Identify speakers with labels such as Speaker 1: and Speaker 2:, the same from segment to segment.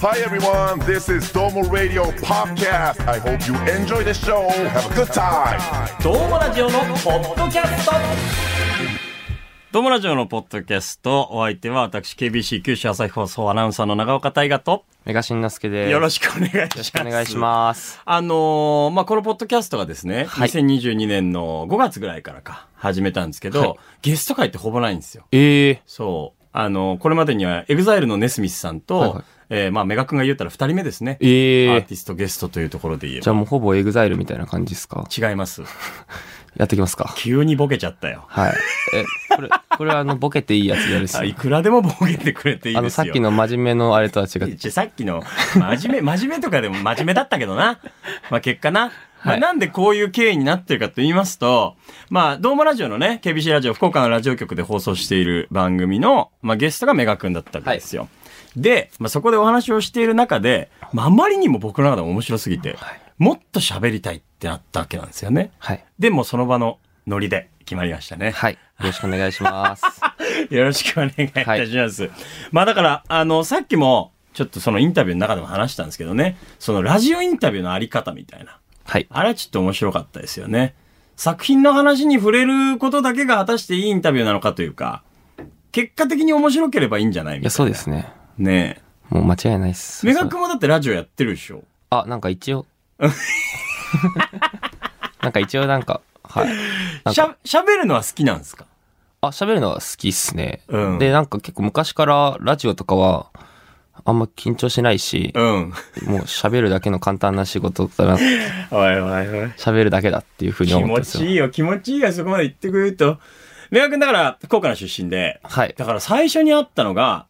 Speaker 1: Hi everyone, this is Domo Radio Podcast. I hope you enjoy the show. Have a good time.
Speaker 2: どうもラジオのポッドキャストどうもラジオのポッドキャスト、お相手は私 KBC 九州朝日放送アナウンサーの長岡大河と、
Speaker 3: メガシンのすけです。
Speaker 2: よろ
Speaker 3: し
Speaker 2: しくお願いします。
Speaker 3: お願いします。
Speaker 2: あのーまあ、このポッドキャストがですね、
Speaker 3: はい
Speaker 2: 2022年の5月ぐらいからか始めたんですけど、
Speaker 3: はい
Speaker 2: ゲスト会ってほぼないんですよ。
Speaker 3: ええ
Speaker 2: そう。あのーこれまでには EXILE のネスミスさんと、
Speaker 3: はいはい
Speaker 2: えーまあ、メガ君が言ったら2人目ですね。
Speaker 3: え
Speaker 2: ア
Speaker 3: え
Speaker 2: ーティストゲストというところで言え
Speaker 3: じゃあもうほぼエグザイルみたいな感じですか
Speaker 2: ば。違います。
Speaker 3: やってきますか
Speaker 2: 急にボケちゃったよ。
Speaker 3: はい。え、これ、これはあの、ボケていいやつでやるっす
Speaker 2: あい
Speaker 3: よ。
Speaker 2: くらでもボケてくれていいですよ。
Speaker 3: あの、さっきの真面目のあれとは違って。
Speaker 2: ちょさっきの、真面目、真 面目とかでも真面目だったけどな。まあ結果な。まあ、
Speaker 3: はい
Speaker 2: なんでこういう経緯になってるかと言いますと、まあ、ドームラジオのね、KBC ラジオ、福岡のラジオ局で放送している番組の、まあゲストがメガ君だったんですよ。で、まあそこでお話をしている中で、まああまりにも僕の中でも面白すぎて、もっと喋りたいってなったわけなんですよね。
Speaker 3: はい。
Speaker 2: でもうその場のノリで決まりましたね。
Speaker 3: はい。よろしくお願い します。
Speaker 2: よろしくお願いいたします。まあだから、あの、さっきも、ちょっとそのインタビューの中でも話したんですけどね、そのラジオインタビューのあり方みたいな。
Speaker 3: はい。
Speaker 2: あれはちょっと面白かったですよね。作品の話に触れることだけが果たしていいインタビューなのかというか、結果的に面白ければいいんじゃないみたい
Speaker 3: い
Speaker 2: な。
Speaker 3: や、そうですね。
Speaker 2: ね
Speaker 3: もう間違いないっす。
Speaker 2: え。メガ君もだってラジオやってるでしょ。
Speaker 3: あ、なん か一応。なんか一応なんか、はい。なん
Speaker 2: し
Speaker 3: か
Speaker 2: ゃ、喋るのは好きなんですか
Speaker 3: あ、喋るのは好きっすね。
Speaker 2: うん
Speaker 3: で、なんか結構昔からラジオとかは、あんま緊張しないし、
Speaker 2: うん。
Speaker 3: もう喋るだけの簡単な仕事だな、
Speaker 2: おいおいおい。
Speaker 3: 喋るだけだっていうふうに
Speaker 2: 気
Speaker 3: 思ったん
Speaker 2: 持
Speaker 3: ですよ。
Speaker 2: ちいいよ、気持ちいいよ、そこまで言ってくれると。メガ君だから、福岡の出身で、
Speaker 3: はい。
Speaker 2: だから最初に会ったのが、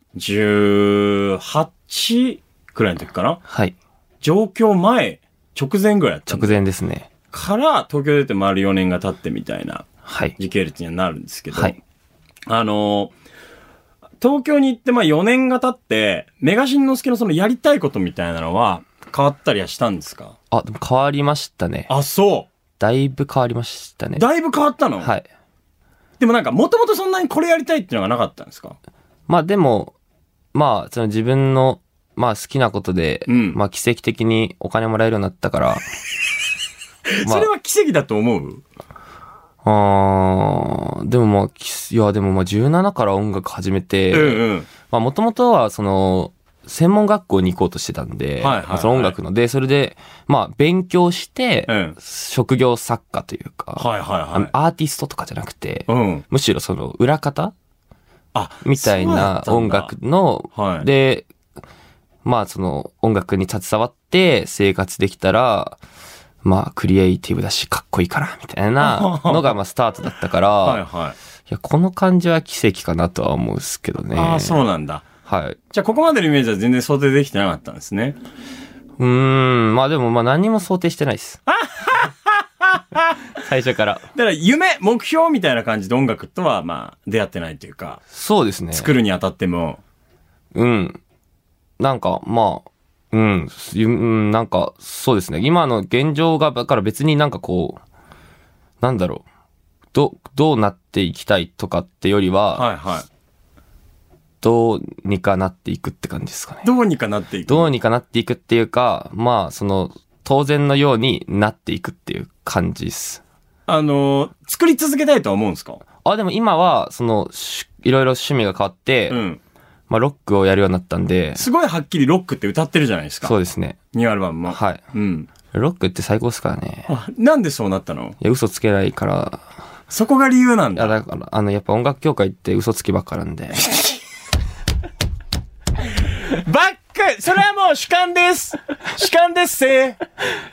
Speaker 2: 18くらいの時かな
Speaker 3: はい。
Speaker 2: 上京前、直前ぐらいだったん
Speaker 3: 直
Speaker 2: だ
Speaker 3: 前ですね。
Speaker 2: から、東京出て丸4年が経ってみたいな
Speaker 3: はい。
Speaker 2: 時系列にはなるんですけど、
Speaker 3: はい。
Speaker 2: あのー東京に行ってまあ4年が経って、メガシンのすけのそのやりたいことみたいなのは変わったりはしたんですか
Speaker 3: あ、でも変わりましたね。
Speaker 2: あ、そ
Speaker 3: だいぶ変わりましたね
Speaker 2: う。。だいぶ変わったの、
Speaker 3: はい。
Speaker 2: でもなんか、もともとそんなにこれやりたいっていうのがなかったんですか
Speaker 3: まあでも、まあ、その自分の、まあ好きなことで、
Speaker 2: うん
Speaker 3: まあ奇跡的にお金もらえるようになった から、
Speaker 2: それは奇跡だと思う
Speaker 3: あーでもまあき、いやでもまあ17から音楽始めて、
Speaker 2: うん
Speaker 3: まあもともとはその、専門学校に行こうとしてたんで、
Speaker 2: はいはいはい
Speaker 3: まあその音楽の。で、それで、まあ勉強して、
Speaker 2: うん
Speaker 3: 職業作家というか、
Speaker 2: はいはいはい
Speaker 3: あのアーティストとかじゃなくて、
Speaker 2: うん。
Speaker 3: むしろその裏方
Speaker 2: あ、
Speaker 3: みたい
Speaker 2: そうだ
Speaker 3: な
Speaker 2: ったんだ
Speaker 3: 音楽の、
Speaker 2: はい
Speaker 3: で、まあその音楽に携わって生活できたら、まあクリエイティブだしかっこいいからみた いなのがまあスタートだったから、
Speaker 2: はい
Speaker 3: い、
Speaker 2: はい。
Speaker 3: やこの感じは奇跡かなとは思うんですけどね。
Speaker 2: ああ、そうなんだ。
Speaker 3: はい。
Speaker 2: じゃあ、ここまでのイメージは全然想定できてなかったんですね。
Speaker 3: うーん、まあでもまあ何も想定してない です。最初から。
Speaker 2: だから、夢、目標みたいな感じで音楽とは、まあ、出会ってないというか、
Speaker 3: そうですね。
Speaker 2: 作るにあたっても、
Speaker 3: うん。なんか、まあ、うん、すゆうん、なんか、そうですね。今の現状が、だから別になんかこう、なんだろう。ど、どうなっていきたいとかってよりは、
Speaker 2: はいは
Speaker 3: どうにかなっていくって感じですかね
Speaker 2: い。。どうにかなっていく。
Speaker 3: どうにかなっていくっていうか、まあ、その、当然のようになっていくっていう感じです。
Speaker 2: あのー、作り続けたいとは思うんですか
Speaker 3: あ、でも今は、その、しいろいろ趣味が変わって、
Speaker 2: うん。
Speaker 3: まあ、ロックをやるようになったんで、
Speaker 2: すごいはっきりロックって歌ってるじゃないですか。
Speaker 3: そうですね。
Speaker 2: ニューアルバムも。
Speaker 3: はい。
Speaker 2: うん。
Speaker 3: ロックって最高ですからね。
Speaker 2: あ、なんでそうなったの
Speaker 3: いや、嘘つけないから、
Speaker 2: そこが理由なん
Speaker 3: いや、
Speaker 2: だ。
Speaker 3: だから、あの、やっぱ音楽協会って嘘つきばっ かなんで。
Speaker 2: ばっかりそれはもう主観です主観ですせ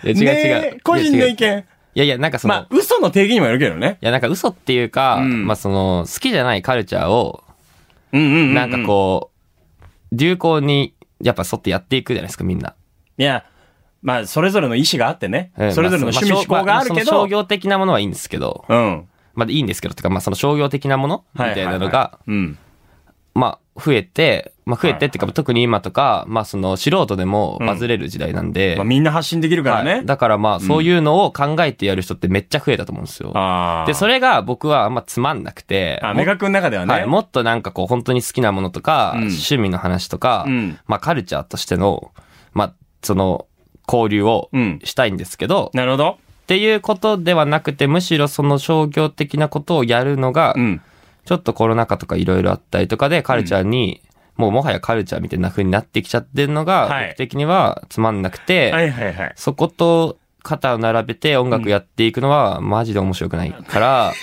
Speaker 3: いや、違う
Speaker 2: ね
Speaker 3: 違う
Speaker 2: え。個人の意
Speaker 3: いや
Speaker 2: 見。
Speaker 3: 違ういやいや、なんかその、
Speaker 2: まあ
Speaker 3: い、
Speaker 2: 嘘の定義にもよるけどね。
Speaker 3: や、なんか嘘っていうか、
Speaker 2: うん
Speaker 3: まあその、好きじゃないカルチャーを、
Speaker 2: うんうんうう
Speaker 3: なんかこう、流行に、やっぱ沿ってやっていくじゃないですか、みんな。
Speaker 2: いや、まあ、それぞれの意思があってね
Speaker 3: ええ。
Speaker 2: それぞれの
Speaker 3: まあ
Speaker 2: 趣味
Speaker 3: ま
Speaker 2: 思考があるけ
Speaker 3: その商
Speaker 2: ど。
Speaker 3: 業的なものはいいんですけど、
Speaker 2: うん。
Speaker 3: まあいいんですけど、てか、まあその商業的なものみ
Speaker 2: は
Speaker 3: たいなのが、
Speaker 2: はいはいうん。
Speaker 3: まあ、増えて、まあ増えてっていうか、
Speaker 2: はい
Speaker 3: 特に今とか、まあその素人でもバズれる時代なんで、
Speaker 2: まあ、みんな発信できるからね。
Speaker 3: はいだからまあそういうのを考えてやる人ってめっちゃ増えたと思うんですよ。
Speaker 2: ああ。
Speaker 3: で、そ
Speaker 2: れ、
Speaker 3: れが僕はあんまつまんなくて、
Speaker 2: あ、
Speaker 3: も
Speaker 2: メガ君の中ではね。
Speaker 3: はい、もっとなんかこう本当に好きなものとか、
Speaker 2: うん
Speaker 3: 趣味の話とか、
Speaker 2: うん
Speaker 3: まあカルチャーとしての、まあその交流を
Speaker 2: うん
Speaker 3: したいんですけど、
Speaker 2: なるほど。
Speaker 3: っていうことではなくて、むしろその商業的なことをやるのが、
Speaker 2: うん。
Speaker 3: ちょっとコロナ禍とかいろいろあったりとかでカルチャーに、もうもはやカルチャーみたいな風になってきちゃってるのが、
Speaker 2: はい
Speaker 3: 僕的にはつまんなくて、
Speaker 2: はいはいはい。
Speaker 3: そこと肩を並べて音楽やっていくのはマジで面白くない から、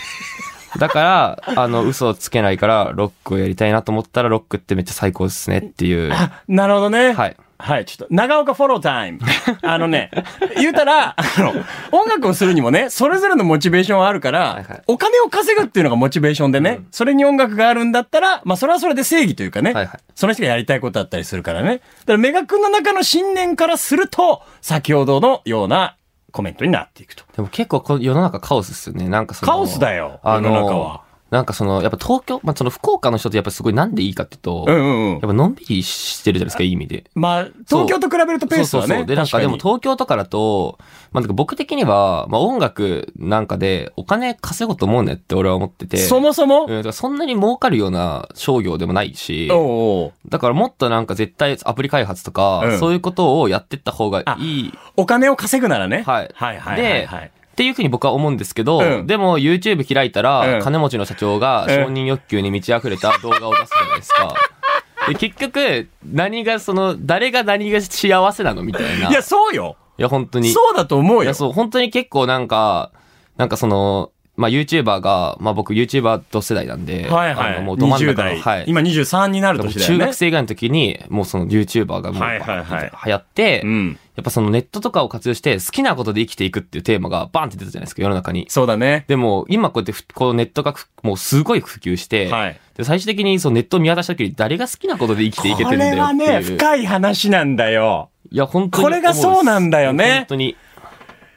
Speaker 3: だから、あの、嘘をつけないから、ロックをやりたいなと思ったら、ロックってめっちゃ最高ですねっていう。は
Speaker 2: あ、なるほどね。
Speaker 3: い。
Speaker 2: はい、ちょっと、長岡フォロータイム。 あのね、言うたら、あの、音楽をするにもね、それぞれのモチベーションはあるから、
Speaker 3: いはい
Speaker 2: お金を稼ぐっていうのがモチベーションでね、それに音楽があるんだったら、まあそれはそれで正義というかね、
Speaker 3: はいはい
Speaker 2: その人がやりたいことだったりするからね。だからメガ君の中の信念からすると、先ほどのようなコメントになっていくと。
Speaker 3: でも結構この世の中カオスっすよね。なんかその。
Speaker 2: カオスだよ
Speaker 3: あの
Speaker 2: 世の中は
Speaker 3: なんかその、やっぱ東京、まあ、その福岡の人ってやっぱすごいなんでいいかっていうと、
Speaker 2: うん
Speaker 3: や
Speaker 2: う
Speaker 3: っ
Speaker 2: んうん。
Speaker 3: ぱのんびりしてるじゃないですか、いい意味で。
Speaker 2: まあ、東京と比べるとペースはね。
Speaker 3: そうそうそうで、なん
Speaker 2: 確
Speaker 3: か
Speaker 2: に
Speaker 3: でも東京とかだと、まあ、なんか僕的には、まあ、音楽なんかでお金稼ごうと思うねって俺は思ってて。
Speaker 2: そもそも、
Speaker 3: うん、だからそんなに儲かるような商業でもないし、
Speaker 2: おうおう
Speaker 3: だからもっとなんか絶対アプリ開発とか、
Speaker 2: うん
Speaker 3: そういうことをやってった方がいい。
Speaker 2: お金を稼ぐならね。
Speaker 3: はい
Speaker 2: はいはいはい、
Speaker 3: で
Speaker 2: はい。、
Speaker 3: っていうふうに僕は思うんですけど、
Speaker 2: うん
Speaker 3: でも YouTube 開いたら、
Speaker 2: うん
Speaker 3: 金持ちの社長が承認欲求に満ち溢れた動画を出すじゃないですか。で結局、何がその、誰が何が幸せなのみたいな。
Speaker 2: い
Speaker 3: い
Speaker 2: や、そうよ
Speaker 3: や本当に。
Speaker 2: そうだと思う
Speaker 3: い
Speaker 2: よ
Speaker 3: や、。そう、本当に結構なんか、なんかその、まあ、YouTuber が、まあ、僕 YouTuber 同世代なんで、
Speaker 2: はいはい。
Speaker 3: あのもうど真ん
Speaker 2: 20
Speaker 3: 中の、
Speaker 2: 代、
Speaker 3: はい。
Speaker 2: 今23になる年だよね。
Speaker 3: 中学生ぐらいの時に、もうその YouTuber がもう
Speaker 2: はいはいはい
Speaker 3: 流行って、
Speaker 2: うん。
Speaker 3: やっぱそのネットとかを活用して好きなことで生きていくっていうテーマがバンって出たじゃないですか、世の中に。
Speaker 2: そうだね。
Speaker 3: でも、今こうやってふ、こうネットがふもうすごい普及して、
Speaker 2: はい
Speaker 3: で最終的にそのネットを見渡した時に誰が好きなことで生きていけて
Speaker 2: こ
Speaker 3: るんだよ
Speaker 2: れは
Speaker 3: っていう。
Speaker 2: ね、深い話なんだよ。
Speaker 3: いや、本当に思です。
Speaker 2: これがそうなんだよね
Speaker 3: 本当に。
Speaker 2: い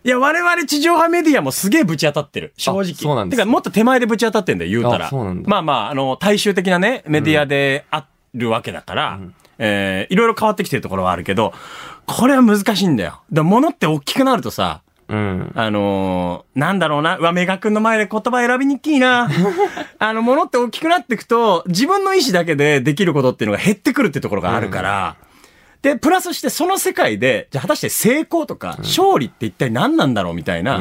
Speaker 2: や、我々地上波メディアもすげえぶち当たってる。正直。
Speaker 3: あそうなんです
Speaker 2: てか、もっと手前でぶち当たってんだよ、言うたら。
Speaker 3: あそうなんだ
Speaker 2: まあまあ、あの、大衆的なね、メディアであるわけだから、えーいろいろ変わってきてるところはあるけど、これは難しいんだよ。だから物って大きくなるとさ、
Speaker 3: うん。
Speaker 2: あのーなんだろうな。うわ、メガ君の前で言葉選びにくいな。あの、物って大きくなっていくと、自分の意思だけでできることっていうのが減ってくるってところがあるから、で、プラスしてその世界で、じゃあ果たして成功とか、勝利って一体何なんだろうみたいな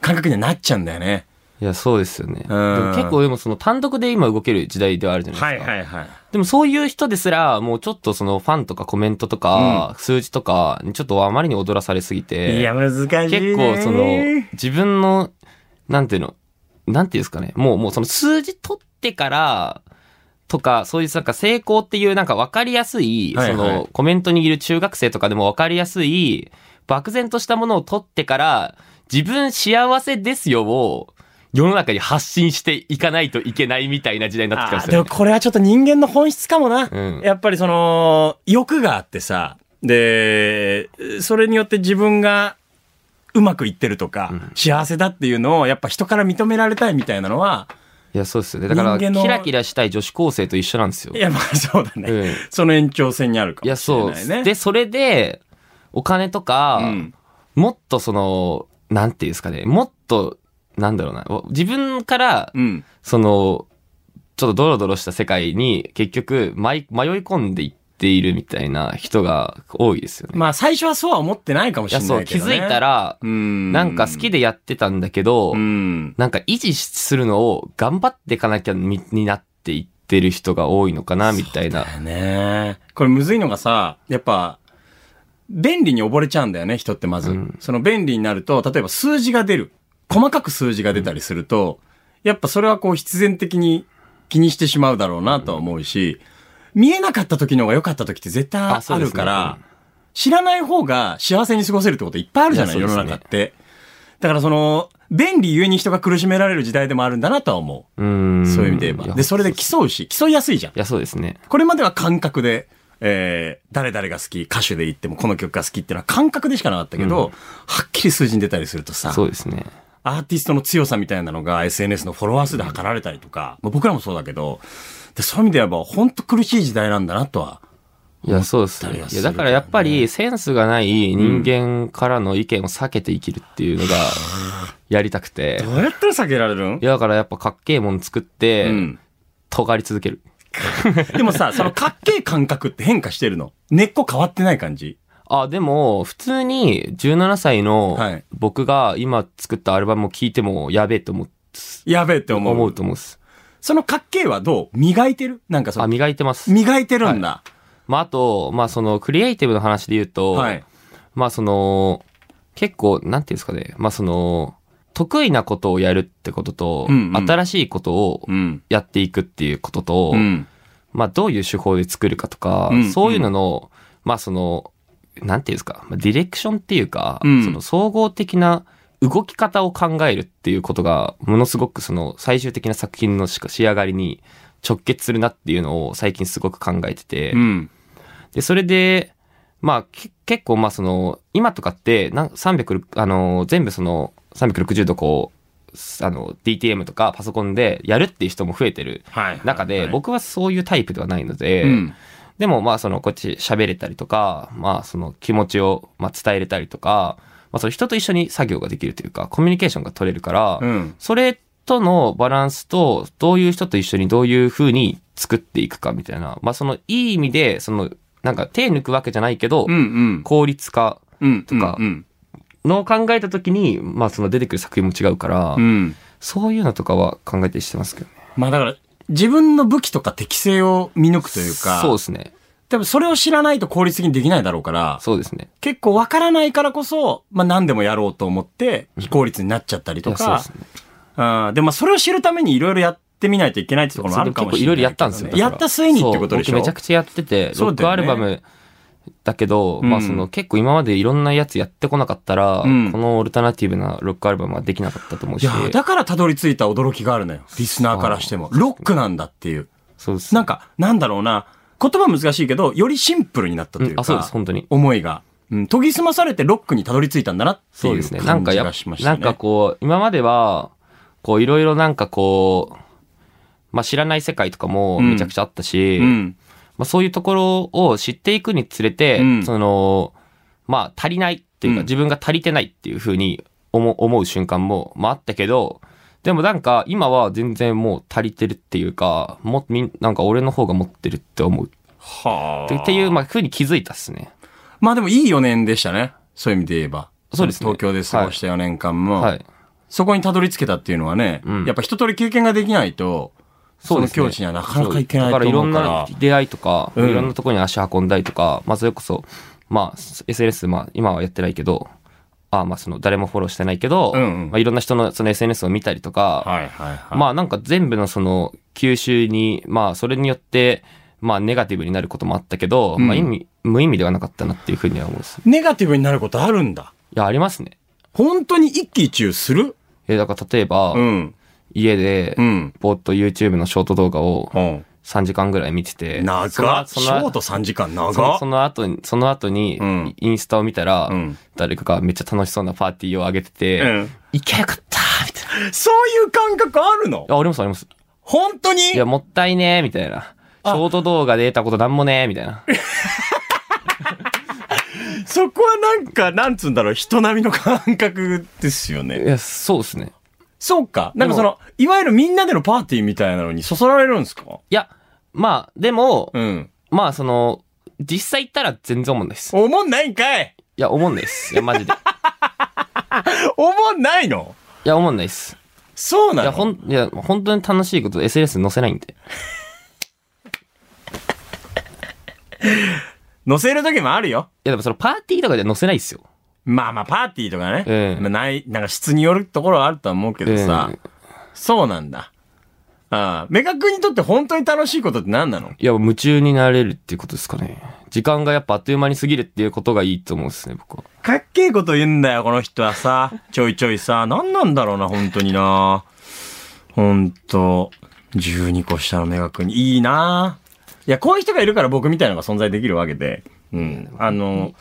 Speaker 2: 感覚にはなっちゃうんだよね。
Speaker 3: いや、そうですよね。で
Speaker 2: うん
Speaker 3: も結構でもその単独で今動ける時代ではあるじゃないですか。
Speaker 2: いはい。
Speaker 3: でもそういう人ですら、もうちょっとそのファンとかコメントとか、数字とか、ちょっとあまりに踊らされすぎて、
Speaker 2: いや、難しいね。
Speaker 3: 結構その、自分の、なんていうの、なんていうんですかね、もうもうその数字取ってから、とか、そういうなんか成功っていうなんか分かりやすい、
Speaker 2: はいはい
Speaker 3: そのコメントにいる中学生とかでも分かりやすい、漠然としたものを取ってから、自分幸せですよを、世の中に発信していかないといけないみたいな時代になってきて
Speaker 2: あ
Speaker 3: ます
Speaker 2: ーで
Speaker 3: よ
Speaker 2: も
Speaker 3: ね。
Speaker 2: これはちょっと人間の本質かもな。
Speaker 3: うん
Speaker 2: やっぱりその、欲があってさ、で、それによって自分がうまくいってるとか、幸せだっていうのをやっぱ人から認められたいみたいなのは、
Speaker 3: いや、そうですよね。だから、
Speaker 2: 人間の
Speaker 3: キラキラしたい女子高生と一緒なんですよ。
Speaker 2: いやまあそうだね。
Speaker 3: うん
Speaker 2: その延長線にあるか
Speaker 3: い
Speaker 2: も
Speaker 3: や、
Speaker 2: しれ
Speaker 3: そう
Speaker 2: な
Speaker 3: で
Speaker 2: い
Speaker 3: す。
Speaker 2: ね。
Speaker 3: で、それで、お金とか、
Speaker 2: うん
Speaker 3: もっとその、なんていうんですかね、もっと、なんだろうな、お自分から、
Speaker 2: うん。
Speaker 3: その、ちょっとドロドロした世界に、結局、迷い迷い込んでいっているみたいな人が多いですよね。
Speaker 2: まあ最初はそうは思ってないかも
Speaker 3: い
Speaker 2: しれ
Speaker 3: や、
Speaker 2: な
Speaker 3: そう、
Speaker 2: い
Speaker 3: 気
Speaker 2: けど、ね。
Speaker 3: づいた、ら、
Speaker 2: うん。
Speaker 3: なんか好きでやってたんだけど、
Speaker 2: うん。
Speaker 3: なんか維持するのを頑張っていかなきゃみになっていってる人が多いのかな、みたいな
Speaker 2: だ。よね。これむずいのがさ、やっぱ、便利に溺れちゃうんだよね、人ってまず。
Speaker 3: うん
Speaker 2: その便利になると、例えば数字が出る。細かく数字が出たりすると、やっぱそれはこう必然的に気にしてしまうだろうなとは思うし、見えなかった時の方が良かった時って絶対あ
Speaker 3: あそうで
Speaker 2: る
Speaker 3: すね
Speaker 2: から、知らない方が幸せに過ごせるってこといっぱいあるじゃない、
Speaker 3: い
Speaker 2: 世
Speaker 3: やそうで
Speaker 2: の
Speaker 3: すね
Speaker 2: 中って。だからその、便利ゆえに人が苦しめられる時代でもあるんだなとは思う。
Speaker 3: うん。
Speaker 2: そういう意味で言えば。で、
Speaker 3: い
Speaker 2: それで競うし、競いやすいじゃん。
Speaker 3: や、そうですね。
Speaker 2: これまでは感覚で、えー、誰々が好き、歌手で言ってもこの曲が好きっていうのは感覚でしかなかったけど、はっきり数字に出たりするとさ、
Speaker 3: そうですね。
Speaker 2: アーティストの強さみたいなのが SNS のフォロワー数で測られたりとか、まあ僕らもそうだけど、でそういう意味ではやっぱ本当苦しい時代なんだなとは。
Speaker 3: いや、そうです
Speaker 2: 思ったり
Speaker 3: ね
Speaker 2: は。
Speaker 3: い
Speaker 2: するけど
Speaker 3: や、だ
Speaker 2: ね
Speaker 3: からやっぱりセンスがない人間からの意見を避けて生きるっていうのが、やりたくて。
Speaker 2: どうやったら避けられるん
Speaker 3: いや、だからやっぱかっけえもん作って、
Speaker 2: うん
Speaker 3: 尖り続ける。
Speaker 2: でも さ、そのかっけえ感覚って変化してるの。根っこ変わってない感じ。
Speaker 3: あ、でも、普通に17歳
Speaker 2: はい
Speaker 3: の僕が今作ったアルバムを聴いてもやべえと思う、
Speaker 2: やべえって思う。
Speaker 3: 思うと思うんです。
Speaker 2: そのかっけえはどう磨いてるなんかそ
Speaker 3: あ、
Speaker 2: の、
Speaker 3: 磨いてます。
Speaker 2: 磨いてるんだ。
Speaker 3: まあ、あと、まあ、その、クリエイティブの話で言うと、
Speaker 2: はい。
Speaker 3: まあ、その、結構、なんていうんですかね、まあ、その、得意なことをやるってことと、
Speaker 2: うんうん
Speaker 3: 新しいことを
Speaker 2: うん。
Speaker 3: やっていくっていうことと、
Speaker 2: うん。
Speaker 3: まあ、どういう手法で作るかとか、
Speaker 2: うん
Speaker 3: そういうのの、まあ、その、なんていうんですか、まあ、ディレクションっていうか、
Speaker 2: うん
Speaker 3: その総合的な動き方を考えるっていうことが、ものすごくその最終的な作品のし仕上がりに直結するなっていうのを最近すごく考えてて、
Speaker 2: うん。
Speaker 3: で、それで、まあ、け結構、まあ、その、今とかって、なん300、あの、全部その、360度こう、すあの、DTM とかパソコンでやるっていう人も増えてる
Speaker 2: はい
Speaker 3: 中で、
Speaker 2: はい
Speaker 3: 僕はそういうタイプではないので、
Speaker 2: うん。
Speaker 3: でも、まあ、その、こっち喋れたりとか、まあ、その、気持ちを、まあ、伝えれたりとか、まあ、その人と一緒に作業ができるというか、コミュニケーションが取れるから、
Speaker 2: うん。
Speaker 3: それとのバランスと、どういう人と一緒にどういう風に作っていくかみたいな。まあ、その、いい意味で、その、なんか手抜くわけじゃないけど、
Speaker 2: うんうん。
Speaker 3: 効率化
Speaker 2: うん。
Speaker 3: とか
Speaker 2: うん。
Speaker 3: のを考えた時に、まあ、その出てくる作品も違うから、
Speaker 2: うん。
Speaker 3: そういうのとかは考えてしてますけどね。
Speaker 2: まあだから、自分の武器とか適性を見抜くというか、
Speaker 3: そうですね。
Speaker 2: 多分それを知らないと効率的にできないだろうから、
Speaker 3: そうですね。
Speaker 2: 結構わからないからこそ、まあ何でもやろうと思って、非効率になっちゃったりと
Speaker 3: いや
Speaker 2: か
Speaker 3: そう、ですね。
Speaker 2: あーでもそれを知るためにいろいろやってみないといけないってところもあるかもしれない。
Speaker 3: 結構いろいろやったんですよ。だから
Speaker 2: やった末にってことでし
Speaker 3: そう
Speaker 2: ょ
Speaker 3: 僕めちゃくちゃやってて、
Speaker 2: そ
Speaker 3: ロ
Speaker 2: う
Speaker 3: ッ
Speaker 2: だよ
Speaker 3: ク
Speaker 2: ね
Speaker 3: アルバムだけど、
Speaker 2: う
Speaker 3: まあ
Speaker 2: ん
Speaker 3: その結構今までいろんなやつやってこなかったら、
Speaker 2: うん
Speaker 3: このオルタナティブなロックアルバムはできなかったと思う
Speaker 2: い
Speaker 3: し。
Speaker 2: や、だからたどり着いた驚きがあるのよ。リスナーからしても。ロックなんだっていう。
Speaker 3: そうです。
Speaker 2: なんか、なんだろうな。言葉難しいけど、よりシンプルになったという
Speaker 3: うん
Speaker 2: か。
Speaker 3: あそうです本当に
Speaker 2: 思いが。うん。研ぎ澄まされてロックにたどり着いたんだなって
Speaker 3: そう
Speaker 2: い
Speaker 3: で
Speaker 2: う
Speaker 3: すね。なん
Speaker 2: 感
Speaker 3: か
Speaker 2: じ
Speaker 3: や
Speaker 2: がしました
Speaker 3: な
Speaker 2: ね。
Speaker 3: んかこう、今までは、こういろいろなんかこう、まあ知らない世界とかもめちゃくちゃあったし、
Speaker 2: うん。
Speaker 3: まあそういうところを知っていくにつれて、
Speaker 2: うん
Speaker 3: その、まあ足りないっていうか、
Speaker 2: うん
Speaker 3: 自分が足りてないっていうふうに思う思う瞬間も、まああったけど、でもなんか今は全然もう足りてるっていうか、もみん、なんか俺の方が持ってるって思う。
Speaker 2: はあ。
Speaker 3: っていう、まあふうに気づいたっすね。
Speaker 2: まあでもいい4年でしたね。そういう意味で言えば。
Speaker 3: そうですね
Speaker 2: 東京で過ごした4年間も、
Speaker 3: はい。
Speaker 2: そこにたどり着けたっていうのはね、
Speaker 3: うん
Speaker 2: やっぱ一通り経験ができないと、その境地にはなかなか行けないと
Speaker 3: だからいろ
Speaker 2: 思うんから。だ
Speaker 3: な出会いとか、
Speaker 2: うん
Speaker 3: いろんなところに足運んだりとか、まあ、それこそ、まあ、SNS、まあ、今はやってないけど、あまあ、その、誰もフォローしてないけど、
Speaker 2: うんうん
Speaker 3: まあ、いろんな人のその SNS を見たりとか、
Speaker 2: はいはいはい。
Speaker 3: まあ、なんか全部のその、吸収に、まあ、それによって、まあ、ネガティブになることもあったけど、
Speaker 2: うん
Speaker 3: まあ、意味、無意味ではなかったなっていうふうには思うんです。い
Speaker 2: ネガティブになることあるんだ。
Speaker 3: や、ありますね。
Speaker 2: 本当に一喜一憂する
Speaker 3: え、だから、例えば、
Speaker 2: うん。
Speaker 3: 家で
Speaker 2: う、ん。
Speaker 3: ぼーっと YouTube のショート動画を
Speaker 2: うん。
Speaker 3: 3時間ぐらい見てて、
Speaker 2: 長っシ
Speaker 3: そのその
Speaker 2: ョート3時間
Speaker 3: その
Speaker 2: 長っ
Speaker 3: その後に、その後に
Speaker 2: うん、
Speaker 3: インスタを見たら、
Speaker 2: うん
Speaker 3: 誰かがめっちゃ楽しそうなパーティーをあげてて、
Speaker 2: うん
Speaker 3: 行けばよかったみたいな。
Speaker 2: そういう感覚あるの
Speaker 3: あ、ありますあります。
Speaker 2: 本当に
Speaker 3: いや、もったいねーみたいな。ショート動画で得たことなんもねーみたいな。
Speaker 2: そこはなんか、なんつうんだろう、人並みの感覚ですよね
Speaker 3: い。や、そうですね。
Speaker 2: そうか。なんかその、いわゆるみんなでのパーティーみたいなのにそそられるんですか
Speaker 3: いや、まあ、でも、
Speaker 2: うん。
Speaker 3: まあ、その、実際行ったら全然思んないです。い
Speaker 2: おもんないんかい
Speaker 3: や、思んないです。い や、マジで。い
Speaker 2: おもんないの
Speaker 3: や、思んないです。
Speaker 2: そうないの
Speaker 3: や、ほん、いや、本当に楽しいこと SNS に載せないんで。
Speaker 2: 乗せる時もあるよ。
Speaker 3: いや、でもそのパーティーとかで載せないですよ。
Speaker 2: まあまあ、パーティーとかね。
Speaker 3: ええ
Speaker 2: まあない、なんか質によるところはあるとは思うけどさ。
Speaker 3: え
Speaker 2: そうなんだ。ああ、メガ君にとって本当に楽しいことって何なの
Speaker 3: いや、夢中になれるっていうことですかね。時間がやっぱあっという間に過ぎるっていうことがいいと思うんですね、僕は。
Speaker 2: かっけえこと言うんだよ、この人はさ。ちょいちょいさ。何なんだろうな、本当にな。ほんと。12個下のメガ君に。いいな。いや、こういう人がいるから僕みたいなのが存在できるわけで。うん。あの、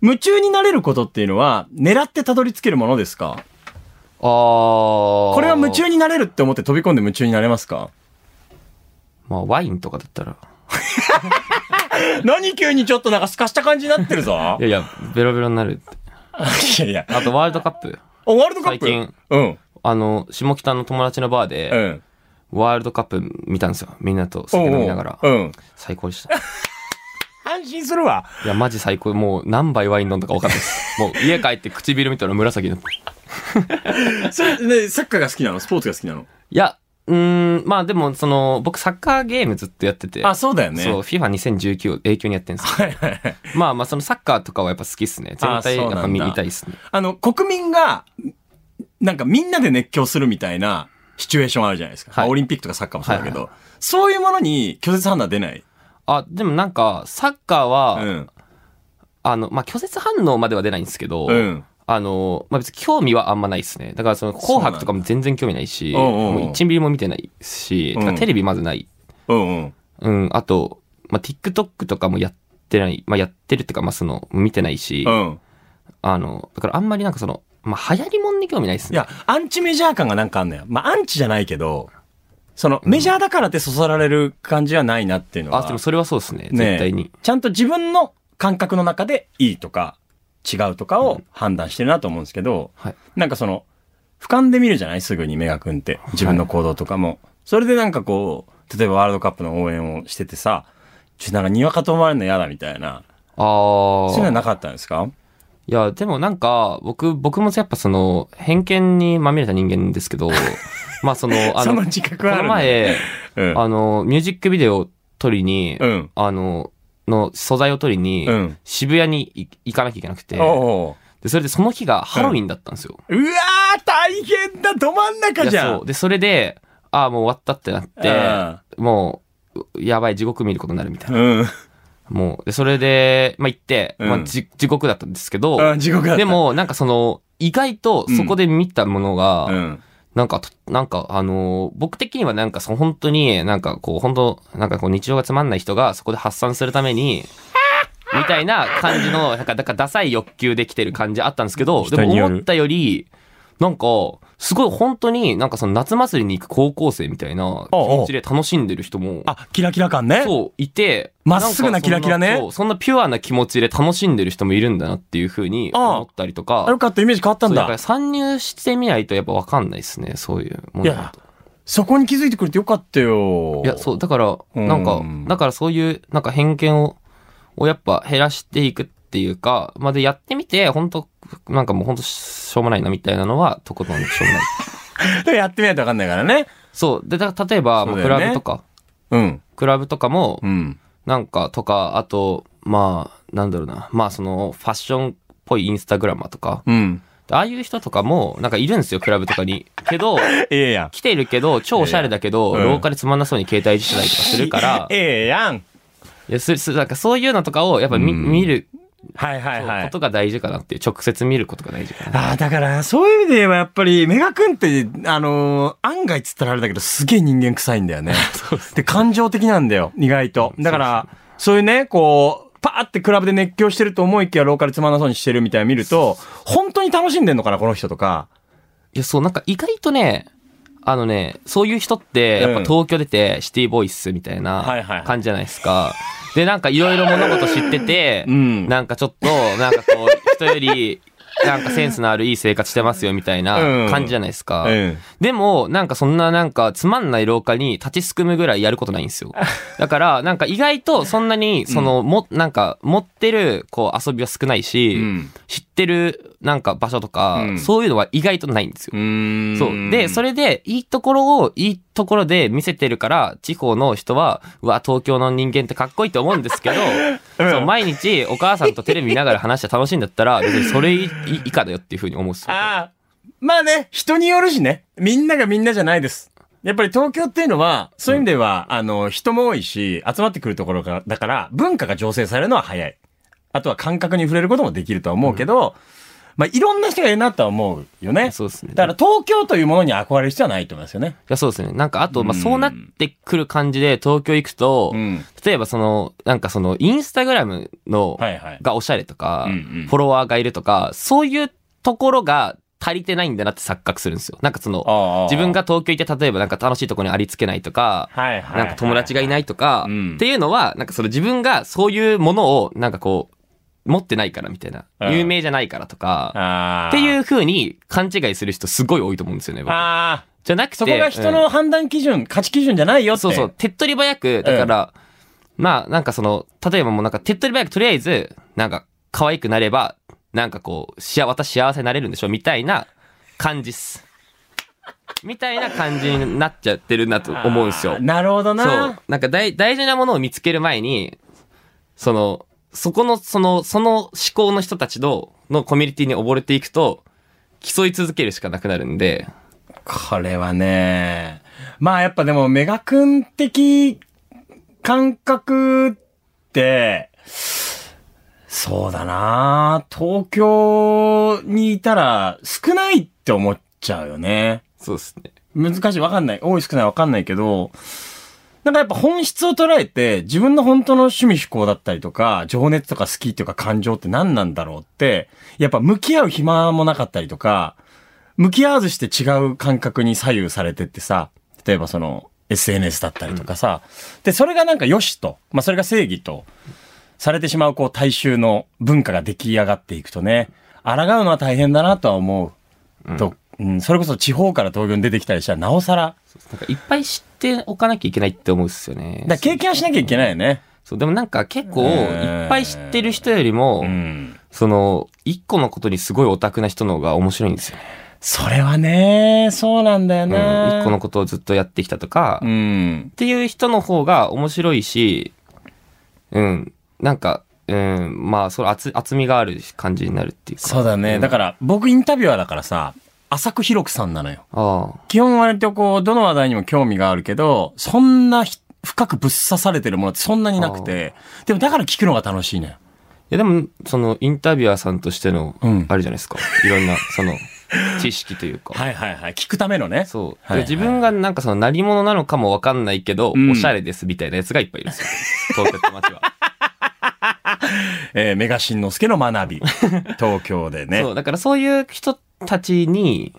Speaker 2: 夢中になれることっていうのは、狙ってたどり着けるものですか
Speaker 3: あこ
Speaker 2: これは夢中になれるって思って飛び込んで夢中になれますか
Speaker 3: まあ、ワインとかだったら。
Speaker 2: 何急にちょっとなんか透かした感じになってるぞ
Speaker 3: い。やいや、ベロベロになるっ て。
Speaker 2: いやいや。
Speaker 3: あと、ワールドカップ。
Speaker 2: あワールドカップ
Speaker 3: 最近
Speaker 2: うん。
Speaker 3: あの、下北の友達のバーで、
Speaker 2: うん。
Speaker 3: ワールドカップ見たんですよ。みんなと酒飲みながら。
Speaker 2: おうおううん。
Speaker 3: 最高でした。い
Speaker 2: 安心するわ。
Speaker 3: や、マジ最高。もう何杯ワイン飲んだか分かんな いです。もう家帰って唇見たら紫だった。い
Speaker 2: それ、ね、サッカーが好きなのスポーツが好きなの
Speaker 3: や、うーん、まあでも、その、僕サッカーゲームずっとやってて。
Speaker 2: あ、そうだよね。
Speaker 3: そう、FIFA2019 を永久にやってるんですけど。まあまあ、そのサッカーとかはやっぱ好きっすね。全体
Speaker 2: あ
Speaker 3: や
Speaker 2: そう
Speaker 3: っ
Speaker 2: なんだ
Speaker 3: ぱ見見たいっすね。
Speaker 2: あの、国民が、なんかみんなで熱狂するみたいなシチュエーションあるじゃないですか。
Speaker 3: はい
Speaker 2: まあオリンピックとかサッカーもそうだけど、
Speaker 3: は
Speaker 2: そういうものに拒絶判断出ない。
Speaker 3: あ、でもなんか、サッカー
Speaker 2: う
Speaker 3: は、
Speaker 2: ん。
Speaker 3: あの、まあ、拒絶反応までは出ないんですけど、
Speaker 2: うん
Speaker 3: あの、まあ、別に興味はあんまないですね。だからその、紅白とかも全然興味ないし、
Speaker 2: そうなんだおうおうおう
Speaker 3: もう1ミリも見てないし、
Speaker 2: うん
Speaker 3: てかテレビまずない。
Speaker 2: うんうん。
Speaker 3: うん、あと、まあ、TikTok とかもやってない、まあ、やってるっていうか、まあ、その、見てないし、
Speaker 2: うん。
Speaker 3: あの、だからあんまりなんかその、まあ、流行りもんに興味ないです
Speaker 2: い
Speaker 3: ね。
Speaker 2: や、アンチメジャー感がなんかあんのよ。まあ、アンチじゃないけど、その、メジャーだからってそそられる感じはないなっていうのは。
Speaker 3: あ、でもそれはそうですね、
Speaker 2: ねえ
Speaker 3: 絶対に。
Speaker 2: ちゃんと自分の感覚の中でいいとか、違うとかを判断してるなと思うんですけど、
Speaker 3: はい。
Speaker 2: なんかその、俯瞰で見るじゃないすぐにメガ君って。自分の行動とかも。それでなんかこう、例えばワールドカップの応援をしててさ、ちょ、なんかにわかと思われるの嫌だみたいな。
Speaker 3: あ
Speaker 2: そういうのは
Speaker 3: ー。
Speaker 2: なかったんですか
Speaker 3: いや、でもなんか、僕、僕もやっぱその、偏見にまみれた人間ですけ ど、まあその、あ
Speaker 2: そ
Speaker 3: の
Speaker 2: の、自覚
Speaker 3: こ
Speaker 2: はある
Speaker 3: の
Speaker 2: んだね、
Speaker 3: 前、
Speaker 2: うん。
Speaker 3: あの、ミュージックビデオを撮りに、
Speaker 2: うん
Speaker 3: あの、の素材を撮りに、
Speaker 2: うん
Speaker 3: 渋谷にい行かなきゃいけなくて、
Speaker 2: おうお
Speaker 3: で、それでその日がハロウィンだったんですよ。
Speaker 2: ううわー大変だど真ん中
Speaker 3: い
Speaker 2: じ
Speaker 3: や
Speaker 2: ゃ
Speaker 3: そ
Speaker 2: ん
Speaker 3: う。で、それで、ああ、もう終わったってなって、もう、やばい、地獄見ることになるみたいな。
Speaker 2: うん。
Speaker 3: もう、で、それで、まあ、行って、
Speaker 2: うん
Speaker 3: まあ、じ地獄だったんです けど、
Speaker 2: うん、地獄だった。
Speaker 3: で、も、なんかその、意外とそこで見たものが、
Speaker 2: うん。
Speaker 3: なんかと、なんか、あのー僕的にはなんか、その本当に、なんかこう、本当なんかこう、日常がつまんない人がそこで発散するために、みたいな感じの、なんか、だからダサい欲求できてる感じあったんですけど、で
Speaker 2: 人
Speaker 3: も
Speaker 2: による
Speaker 3: 思ったより、なんか、すごい本当になんかその夏祭りに行く高校生みたいな気持ちで楽しんでる人も、
Speaker 2: あ、キラキラ感ね。
Speaker 3: そう、いて、
Speaker 2: まっすぐなん
Speaker 3: かそ
Speaker 2: キラ
Speaker 3: ん
Speaker 2: キラね
Speaker 3: そうそんなピュアな気持ちで楽しんでる人もいるんだなっていうふうに思ったりとか、
Speaker 2: あよかった、イメージ変わったん
Speaker 3: そうだ
Speaker 2: だ
Speaker 3: から。参入してみないとやっぱ分かんないですね、そういうもの
Speaker 2: い
Speaker 3: だと
Speaker 2: やそこに気づいてくれてよかったよ。
Speaker 3: いや、そう、だから、
Speaker 2: うん
Speaker 3: なんか、だからそういう、なんか偏見を、をやっぱ減らしていくっていうか、まあ、で、やってみて、本当なんかもう本当しょうもないなみたいなのは、とことんしょうも ない。
Speaker 2: だからやってみないとわかんないからね。
Speaker 3: そう、で、だから例えば、
Speaker 2: そ
Speaker 3: ま
Speaker 2: うだ
Speaker 3: あ
Speaker 2: よ
Speaker 3: ク
Speaker 2: ね
Speaker 3: ラブとか、
Speaker 2: うん。
Speaker 3: クラブとかも、
Speaker 2: うん。
Speaker 3: なんか、とか、あと、まあ、なんだろうな、まあ、その、ファッションっぽいインスタグラマーとか、
Speaker 2: うん。
Speaker 3: ああいう人とかも、なんかいるんですよ、クラブとかに。けど、
Speaker 2: ええやん。
Speaker 3: 来てるけど、超おしゃれだけど、
Speaker 2: うん
Speaker 3: 廊下でつまんなそうに携帯いじってたりとかするから、
Speaker 2: ええやん。
Speaker 3: いや、す、す、なんかそういうのとかを、やっぱ見、見る
Speaker 2: はいはいは
Speaker 3: こ
Speaker 2: い
Speaker 3: と。が大事かなっていう、直接見ることが大事かな。
Speaker 2: ああ、だから、そういう意味で言えば、やっぱり、メガ君って、あのー案外っつったらあれだけど、すげえ人間臭いんだよね。
Speaker 3: そうです
Speaker 2: で、感情的なんだよ、意外と。だから、そういうね、こう、パーってクラブで熱狂してると思いきや、ローカルつまんなそうにしてるみたいなの見ると、本当に楽しんでんのかな、この人とか。
Speaker 3: いや、そう、なんか意外とね、あのね、そういう人って、やっぱ東京出て、シティボイスみたい
Speaker 2: はいはいは
Speaker 3: ない感じじゃないですか。で、なんかいろいろ物事知ってて、
Speaker 2: うん
Speaker 3: なんかちょっと、なんかこう、人より、なんかセンスのあるいい生活してますよみたい
Speaker 2: うん
Speaker 3: な感じじゃないですか。
Speaker 2: うん
Speaker 3: でも、なんかそんななんかつまんない廊下に立ちすくむぐらいやることないん ですよ。だから、なんか意外とそんなに、その、も、なんか持ってる、こう遊びは少ないし、
Speaker 2: うん
Speaker 3: 知ってるなんか場所とか、
Speaker 2: うん
Speaker 3: そういうのは意外とないんですよ。
Speaker 2: ん
Speaker 3: そう。で、それで、いいところを、いいところで見せてるから、地方の人は、うわ、東京の人間ってかっこいいと思うんで すけど、そう、毎日お母さんとテレビ見ながら話して楽しいんだ ったら、別にそれ以以下だよっていうふうに思うんですよ。
Speaker 2: ああ。まあね、人によるしね。みんながみんなじゃないです。やっぱり東京っていうのは、そういう意味では、あの、人も多いし、集まってくるところが、だから、文化が醸成されるのは早い。あとは感覚に触れることもできるとは思うけど、まあ、いろんな人がいるなとは思うよね。
Speaker 3: そうですね。
Speaker 2: だから、東京というものに憧れる必要はないと思いますよね。
Speaker 3: いや、そうですね。なんか、あと、まあ、
Speaker 2: うん
Speaker 3: そうなってくる感じで、東京行くと、
Speaker 2: うん。
Speaker 3: 例えば、その、なんかその、インスタグラムの、
Speaker 2: はいはい。
Speaker 3: がおしゃれとか、
Speaker 2: うんうん
Speaker 3: フォロワーがいるとか、そういうところが、足りてないんだなって錯覚するんですよ。なんかそ
Speaker 2: ああ
Speaker 3: の、自分が東京行って例えばなんか楽しいとこにありつけないとか、
Speaker 2: はいはいはい
Speaker 3: なんか友達がいないとか、
Speaker 2: うん
Speaker 3: っていうのは、なんかその自分がそういうものをなんかこう、持ってないからみたいな、
Speaker 2: うん
Speaker 3: 有名じゃないからとか、
Speaker 2: あ。
Speaker 3: っていうう風に勘違いする人すごい多いと思うんですよね、僕
Speaker 2: ああ。
Speaker 3: じゃなくて、
Speaker 2: そこが人
Speaker 3: うん
Speaker 2: の判断基準、価値基準じゃないよって。
Speaker 3: そうそう、。手っ取り早く、だから、まあなんかその、例えばもうなんか手っ取り早くとりあえず、なんか可愛くなれば、なんかこう、しあ私幸せになれるんでしょみたいな感じっす。みたいな感じになっちゃってるなと思うんですよ。
Speaker 2: なるほど
Speaker 3: そう
Speaker 2: な。。
Speaker 3: なんか大大事なものを見つける前に、その、そこの、その、その思考の人たちの、のコミュニティに溺れていくと、競い続けるしかなくなるんで、
Speaker 2: これはね。まあやっぱでも、メガ君的感覚って、そうだな。東京にいたら少ないって思っちゃうよね。
Speaker 3: そうですね。
Speaker 2: 難しい、わかんない。多い少ないわかんないけど、なんかやっぱ本質を捉えて、自分の本当の趣味嗜好だったりとか、情熱とか好きとか感情って何なんだろうって、やっぱ向き合う暇もなかったりとか、向き合わずして違う感覚に左右されてってさ、例えばその SNS だったりとかさ、で、それがなんか良しと、まあそれが正義と、されてしまうこう大衆の文化が出来上がっていくとね、抗うのは大変だなとは思う。と、うん、それこそ地方から東京に出てきたりしたらなおさら、
Speaker 3: なんかいっぱい知っておかなきゃいけないって思うんですよね。
Speaker 2: だから経験はしなきゃいけないよね。
Speaker 3: そう、でもなんか結構、
Speaker 2: うん
Speaker 3: いっぱい知ってる人よりも、
Speaker 2: うん。
Speaker 3: その、一個のことにすごいオタクな人の方が面白いんですよね。
Speaker 2: それはね、そうなんだよ
Speaker 3: うん。
Speaker 2: な。
Speaker 3: 一個のことをずっとやってきたとか、
Speaker 2: う
Speaker 3: っ
Speaker 2: ん。
Speaker 3: ていう人の方が面白いし、うん。なんか、うん、まあ、それ厚厚みがある感じになるっていうか。
Speaker 2: そうだね。だから、僕インタビュアーだからさ、浅く広くさんなのよ。
Speaker 3: ああ。
Speaker 2: 基本割とこう、どの話題にも興味があるけど、そんなひ深くぶっ刺されてるものってそんなになくて、でもだから聞くのが楽しいのよ。
Speaker 3: いやでも、その、インタビュアーさんとしての、
Speaker 2: うん
Speaker 3: あるじゃないですか。いろんな、その、知識というか。
Speaker 2: はいはいはい。聞くためのね。
Speaker 3: そう。で
Speaker 2: はいはい
Speaker 3: 自分がなんかその何者なのかもわかんないけど、
Speaker 2: ん
Speaker 3: おしゃれですみたいなやつがいっぱいい るんですよ。東京って街は。
Speaker 2: えー、メガシンのすけの学 び。東京でね。
Speaker 3: そう。だからそういう人たちに、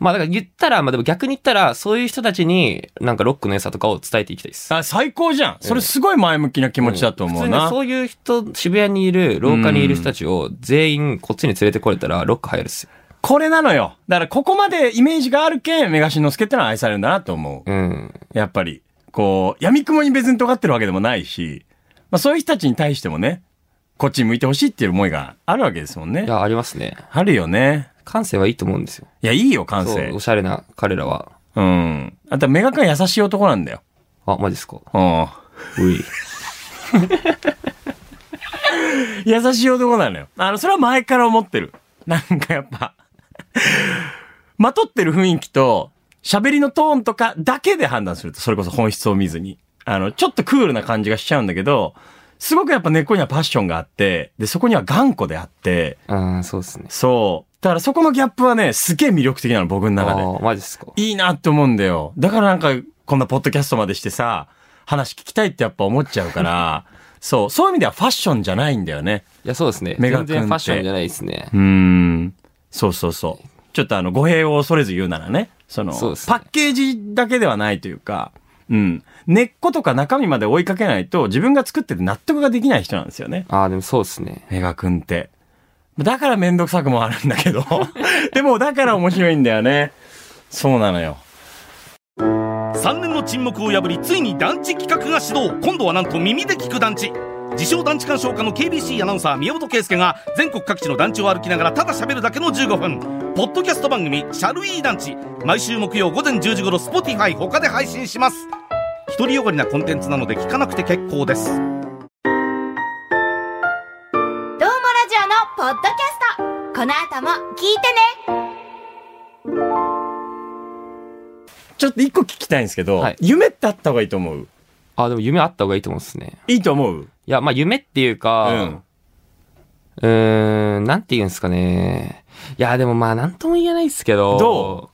Speaker 3: まあだから言ったら、まあでも逆に言ったら、そういう人たちになんかロックの良さとかを伝えていきたいです。
Speaker 2: あ、最高じゃん。それすごい前向きな気持ちだと思う
Speaker 3: 普通に
Speaker 2: な。
Speaker 3: そういう人、渋谷にいる、廊下にいる人たちを全員こっちに連れてこれたら、ロック流行るっすよ。
Speaker 2: これなのよ。だからここまでイメージがあるけん、メガシンのすけってのは愛されるんだなと思う。
Speaker 3: うん。
Speaker 2: やっぱり、こう、闇雲に別に尖ってるわけでもないし、まあそういう人たちに対してもね、こっちに向いてほしいっていう思いがあるわけですもんね
Speaker 3: い。や、ありますね。
Speaker 2: あるよね。
Speaker 3: 感性はいいと思うんですよ。
Speaker 2: いや、いいよ、感
Speaker 3: そ
Speaker 2: 性
Speaker 3: う、お。しゃれな彼らは。
Speaker 2: うん。あと、メガ君は優しい男なんだよ。
Speaker 3: あ、マジっすか。
Speaker 2: うん。
Speaker 3: うい。
Speaker 2: 優しい男なのよ。あの、それは前から思ってる。なんかやっぱ、まとってる雰囲気と、喋りのトーンとかだけで判断すると、それこそ本質を見ずに。あの、ちょっとクールな感じがしちゃうんだけど、すごくやっぱ根っこにはパッションがあって、で、そこには頑固であって、
Speaker 3: うん、そうですね。
Speaker 2: そう。だからそこのギャップはね、すげえ魅力的なの、僕の
Speaker 3: あ
Speaker 2: 中で。
Speaker 3: ーマジっすか。
Speaker 2: いいなって思うんだよ。だからなんか、こんなポッドキャストまでしてさ、話聞きたいってやっぱ思っちゃうから、そう、そういう意味ではファッションじゃないんだよね。
Speaker 3: いや、そうですね。
Speaker 2: メガ君
Speaker 3: 全
Speaker 2: って
Speaker 3: 然ファッションじゃないですね
Speaker 2: う。ーん。そうそうそう。ちょっとあの、語弊を恐れず言うならね。その、
Speaker 3: そうですね
Speaker 2: パッケージだけではないというか、うん。根っことか中身まで追いかけないと自分が作ってて納得ができない人なんですよね。
Speaker 3: ああ、でもそうですね。
Speaker 2: メガ君って。だからめんどくさくもあるんだけど。 でもだから面白いんだよね。そうなのよ。
Speaker 4: 3年の沈黙を破りついに団地企画が始動今度はなんと耳で聞く団地自称団地鑑賞家の KBC アナウンサー宮本圭介が全国各地の団地を歩きながらただ喋るだけの15分ポッドキャスト番組「シャルイー団地」毎週木曜午前10時頃 Spotify 他で配信します独りよがりなコンテンツなので聞かなくて結構です
Speaker 5: どうもラジオのポッドキャストこの後も聞いてね
Speaker 2: ちょっと一個聞きたいんですけど、
Speaker 3: はい
Speaker 2: 夢ってあった方がいいと思う
Speaker 3: あーでも夢あった方がいいと思うんですね。
Speaker 2: いいと思う
Speaker 3: いや、まあ夢っていうか、うーん、なんて言うんですかね。いや、でもまあなんとも言えないですけど、
Speaker 2: ど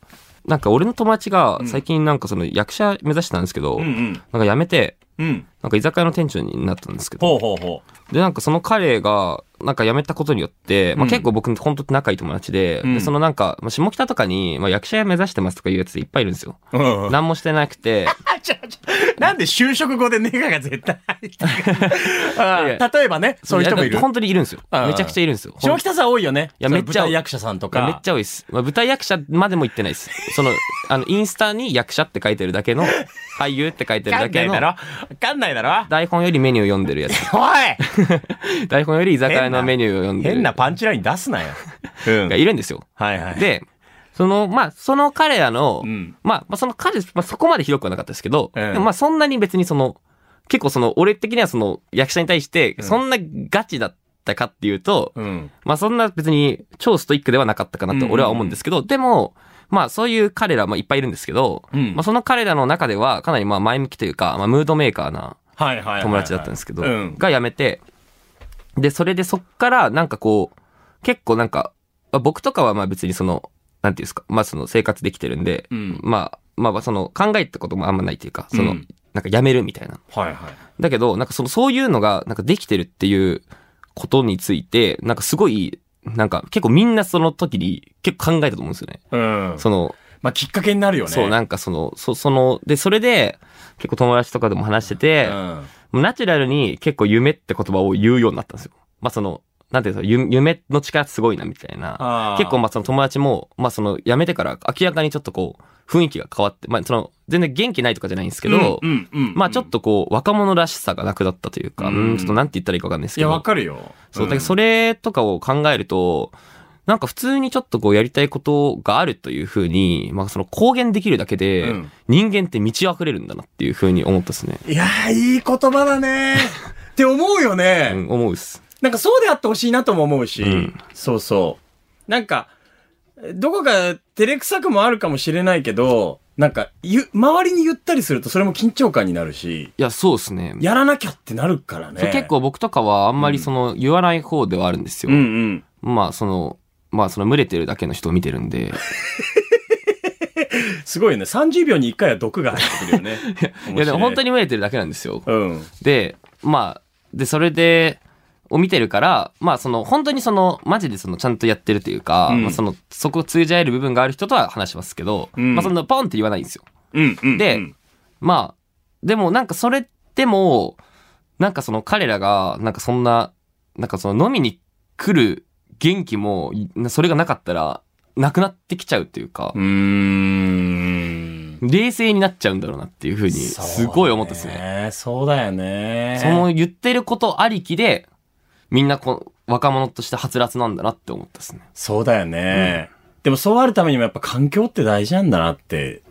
Speaker 3: なんか俺の友達が最近なんかその役者目指してたんですけど、
Speaker 2: うんうん
Speaker 3: なんか辞めて、
Speaker 2: うん。
Speaker 3: なんか居酒屋の店長になったんですけど、
Speaker 2: ほうほうほ
Speaker 3: で、なんかその彼が、なんか辞めたことによって、ま
Speaker 2: うん
Speaker 3: あ結構僕、本当仲いい友達で、
Speaker 2: うん
Speaker 3: でそのなんか、まあ、下北とかに、まあ役者や目指してますとかいうやついっぱいいるんですよ。
Speaker 2: う。うんうん
Speaker 3: 何もしてなくて、
Speaker 2: あちょちょなんで就職後でネガが絶対入ってくるあ
Speaker 3: いや
Speaker 2: ー例えばね、 そういう人もいる
Speaker 3: や。本当にいるんですよ。
Speaker 2: ああ
Speaker 3: めちゃくちゃいるんですよ。
Speaker 2: 下北沢多いよね。
Speaker 3: いや
Speaker 2: その
Speaker 3: めっちゃ
Speaker 2: 舞台役者さんと
Speaker 3: いや
Speaker 2: か。
Speaker 3: めっちゃ多いです。まあ、舞台役者までも言ってないです。その、あの、インスタに役者って書いてるだけの、俳優って書いてる
Speaker 2: わか
Speaker 3: だ
Speaker 2: んな
Speaker 3: け
Speaker 2: い
Speaker 3: の
Speaker 2: だ、ろわかんないだろ
Speaker 3: 台本よりメニューを読んでるやつ。
Speaker 2: お
Speaker 3: 台本より居酒屋
Speaker 2: 変な
Speaker 3: のメニューを読ん
Speaker 2: い
Speaker 3: でる。
Speaker 2: 変なパンチライン出すなよ。うん
Speaker 3: がいるんですよ。
Speaker 2: はいはい。、
Speaker 3: で、その、まあ、その彼らの、
Speaker 2: うん
Speaker 3: まあ、まあ、その彼、まあ、そこまでひどくはなかったですけど、
Speaker 2: ええ
Speaker 3: でもまあ、そんなに別にその、結構その、俺的にはその、役者に対して、そんなガチだったかっていうと、
Speaker 2: うん。
Speaker 3: まあ、そんな別に超ストイックではなかったかなと俺は思うんですけど、でも、まあ、そういう彼らもいっぱいいるんですけど、
Speaker 2: うん
Speaker 3: まあ、その彼らの中では、かなりまあ、前向きというか、まあ、ムードメーカーな
Speaker 2: はいはいはいはい
Speaker 3: 友達だったんですけど、
Speaker 2: うん。
Speaker 3: が辞めて、で、それでそっから、なんかこう、結構なんか、まあ僕とかはまあ別にその、なんていうんですか、まあその生活できてるんで、
Speaker 2: うん
Speaker 3: まあ、まあその考えたこともあんまないというか、その、
Speaker 2: うん
Speaker 3: なんか辞めるみたいな。
Speaker 2: はいはい。
Speaker 3: だけど、なんかその、そういうのが、なんかできてるっていうことについて、なんかすごい、なんか結構みんなその時に結構考えたと思うんですよね。
Speaker 2: うん。
Speaker 3: その、
Speaker 2: まあ、きっかけになるよね。
Speaker 3: そう、なんかその、そ、その、で、それで、結構友達とかでも話してて、
Speaker 2: うん。
Speaker 3: ナチュラルに結構夢って言葉を言うようになったんですよ。まあその、なんていうんですか、ゆ夢の力すごいなみたいな。
Speaker 2: あー
Speaker 3: 結構まあその友達も、まあその辞めてから明らかにちょっとこう、雰囲気が変わって、まあその、全然元気ないとかじゃないんですけど、
Speaker 2: うんうんうんうん
Speaker 3: まあちょっとこう、若者らしさがなくなったというか、
Speaker 2: う
Speaker 3: うんん、ちょっとなんて言ったらいいかわかんない
Speaker 2: い
Speaker 3: ですけ
Speaker 2: や、
Speaker 3: ど。
Speaker 2: わかるよ。
Speaker 3: そう、だ
Speaker 2: う
Speaker 3: け
Speaker 2: ん
Speaker 3: どそれとかを考えると、なんか普通にちょっとこうやりたいことがあるというふうに、まあその公言できるだけ
Speaker 2: う
Speaker 3: で
Speaker 2: ん、
Speaker 3: 人間って満ち溢れるんだなっていうふうに思ったですね。
Speaker 2: いやー、いい言葉だね。って思うよね。
Speaker 3: うん、思うっす。
Speaker 2: なんかそうであってほしいなとも思うし、
Speaker 3: うん
Speaker 2: そうそう。なんか、どこか照れくさくもあるかもしれないけど、なんか、ゆ、周りに言ったりするとそれも緊張感になるし、
Speaker 3: いや、そうですね。
Speaker 2: やらなきゃってなるから
Speaker 3: そ
Speaker 2: ね
Speaker 3: う。結構僕とかはあんまりその言わない方ではあるんですよ。
Speaker 2: うんうん。
Speaker 3: まあその、まあその群れてるだけの人を見てるんで。
Speaker 2: すごいよね。30秒に1回は毒が入ってくるよね。
Speaker 3: いやでも本当
Speaker 2: に。
Speaker 3: に群れてるだけなんですよ。
Speaker 2: うん。
Speaker 3: で、まあ、で、それで、を見てるから、まあその本当にそのマジでそのちゃんとやってるというか、
Speaker 2: うん
Speaker 3: まあそのそこを通じ合える部分がある人とは話しますけど、
Speaker 2: うん
Speaker 3: まあそのポンって言わないんですよ。
Speaker 2: うんうん。
Speaker 3: で
Speaker 2: うん
Speaker 3: まあ、でもなんかそれでも、なんかその彼らが、なんかそんな、なんかその飲みに来る元気も、いそれがなかったら、なくなってきちゃうっていうか
Speaker 2: う、ーん。
Speaker 3: 冷静になっちゃうんだろうなっていうふうに、すごい思ったですね。
Speaker 2: ね。そうだよね。
Speaker 3: その言ってることありきで、みんなこう若者としてはつらつなんだなって思ったですね。
Speaker 2: そうだよね。でもそうあるためにもやっぱ環境って大事なんだなって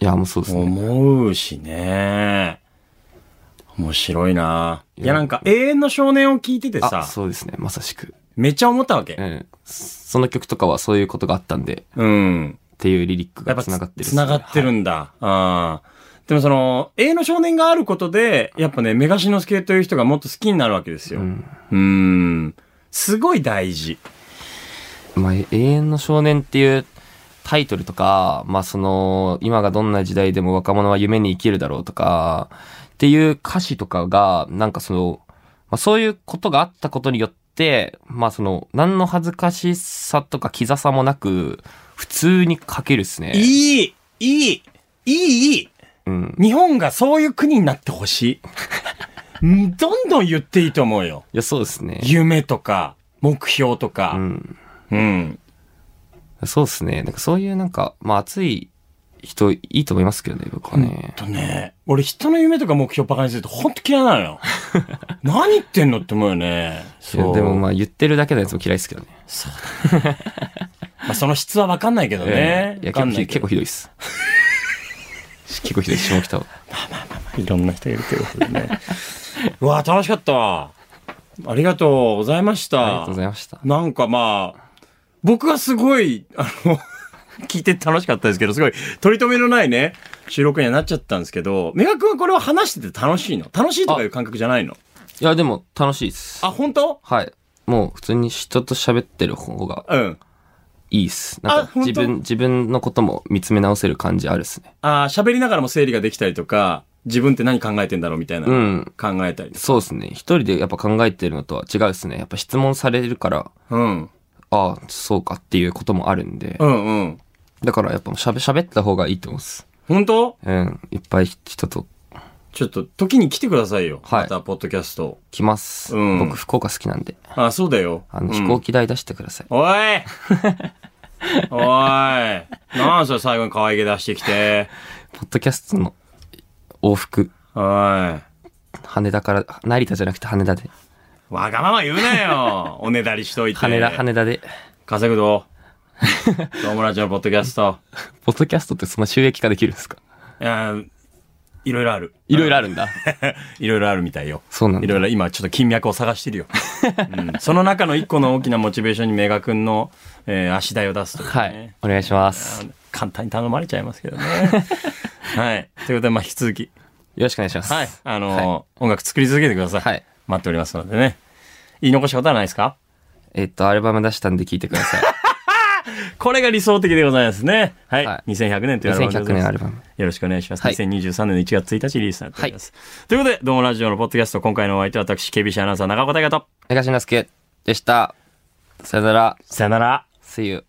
Speaker 3: いや、もうそうですね。
Speaker 2: 思うしね。面白いな。いや
Speaker 3: や
Speaker 2: なんか永遠の少年を聞いてて
Speaker 3: あ、
Speaker 2: さ、
Speaker 3: そうですね。まさしく。
Speaker 2: めっちゃ思ったわ
Speaker 3: う
Speaker 2: け。
Speaker 3: ん。その曲とかはそういうことがあったんで、
Speaker 2: うん。
Speaker 3: っていうリリック
Speaker 2: やっ
Speaker 3: が
Speaker 2: ぱつ
Speaker 3: 繋がってるっすね。
Speaker 2: 繋がってるんだ。ああ。でもその、永遠の少年があることで、やっぱね、メガシノスケという人がもっと好きになるわけですよ。
Speaker 3: は
Speaker 2: う。
Speaker 3: い。うんん
Speaker 2: すごい大事。
Speaker 3: まあ、永遠の少年っていうタイトルとか、まあその、今がどんな時代でも若者は夢に生きるだろうとか、っていう歌詞とかが、なんかその、まあそういうことがあったことによって、まあその、何の恥ずかしさとかキザさもなく、普通に書けるっすね。
Speaker 2: いいいいいいいい
Speaker 3: うん。
Speaker 2: 日本がそういう国になってほ しい。うんどんどん言っていいと思うよ。
Speaker 3: いや、そうですね。
Speaker 2: 夢とか、目標とか。
Speaker 3: うん。
Speaker 2: うん。
Speaker 3: そうですね。なんかそういうなんか、まあ熱い人いいと思いますけどね、僕はね。
Speaker 2: とね、俺人の夢とか目標バカにするとほんと嫌いなのよ。何言ってんのって思うよね。
Speaker 3: いや
Speaker 2: そう。
Speaker 3: でもまあ言ってるだけのやつも嫌いですけどね。
Speaker 2: まあその質はわかんないけどね。
Speaker 3: いや
Speaker 2: わかんな
Speaker 3: 結構
Speaker 2: いけど。
Speaker 3: 結構ひどい っす結構ひどい下北はい
Speaker 2: ろんな人がいるということでね。 うわ楽しかった。ありがとうございました。
Speaker 3: ありがとうございました
Speaker 2: なんかまあ、僕はすごい、あの、 聞いて楽しかったですけど、すごい、取り留めのないね、収録にはなっちゃったんですけど、メガ君はこれを話してて楽しいの楽しいとかいう感覚じゃないの
Speaker 3: いやでも楽しいっす
Speaker 2: あ、本当
Speaker 3: はいもう普通に人と喋ってる方が
Speaker 2: うん。
Speaker 3: いいっす
Speaker 2: あ
Speaker 3: なんか
Speaker 2: 本当
Speaker 3: 自分自分のことも見つめ直せる感じあるっすね
Speaker 2: あー喋りながらも整理ができたりとか、自分って何考えてんだろうみたいな
Speaker 3: う
Speaker 2: の
Speaker 3: ん。
Speaker 2: 考えたりとか
Speaker 3: そうですね。一人でやっぱ考えてるのとは違うですね。やっぱ質問されるから、
Speaker 2: うん。
Speaker 3: ああ、そうかっていうこともあるんで
Speaker 2: う。んうん。
Speaker 3: だからやっぱしゃべ、喋った方がいいと思います。
Speaker 2: 本当
Speaker 3: うん。いっぱい人と
Speaker 2: ちょっと時に来てくださいよ。
Speaker 3: はい
Speaker 2: また、ポッドキャスト。
Speaker 3: 来ます。
Speaker 2: うん
Speaker 3: 僕、福岡好きなんで。
Speaker 2: あ、そうだよ。
Speaker 3: あの、
Speaker 2: うん
Speaker 3: 飛行機代出してください。
Speaker 2: おいおいなんそれ最後に可愛げ出してきて。
Speaker 3: ポッドキャストの往復、
Speaker 2: おい。わ
Speaker 3: 羽田から、成田じゃなくて羽田で。
Speaker 2: がまま言うな よ。おねだりしといて。
Speaker 3: 羽田、羽田で。
Speaker 2: 稼ぐぞ。友達のポッドキャスト。
Speaker 3: ポッドキャストってそんな収益化できるんですか
Speaker 2: いやーいろいろある。
Speaker 3: いろいろあるんだ。
Speaker 2: いろいろあるみたいよ。
Speaker 3: そうなん
Speaker 2: いろ
Speaker 3: だ。
Speaker 2: いろ今ちょっと金脈を探してるよ。うんその中の一個の大きなモチベーションにメガ君の、えー足台を出すというね。
Speaker 3: はい。お願いします。
Speaker 2: あ
Speaker 3: よ
Speaker 2: の簡単に頼まれちゃいますけど ね。はい。ということで、まあ、引き続き、
Speaker 3: ろしくお願いします。
Speaker 2: はい。あのー
Speaker 3: は
Speaker 2: 音楽作り続けてください。
Speaker 3: はい
Speaker 2: 待っておりますのでね。言い残したことはないですか
Speaker 3: えっと、アルバム出したんで聞いてくだ さい。
Speaker 2: これが理想的でございますね。はい。
Speaker 3: は
Speaker 2: 2100年というアルバムでございま
Speaker 3: 2100
Speaker 2: す
Speaker 3: 年アルバム。
Speaker 2: よろしくお願いします。
Speaker 3: はい
Speaker 2: 2023年の1月1日リリースになっております。ということで、どうもラジオのポッドキャスト、今回のお相手は私、KBC アナウンサー、中岡大和と。
Speaker 3: 東之介でした。さよなら。
Speaker 2: さよなら。
Speaker 3: See you.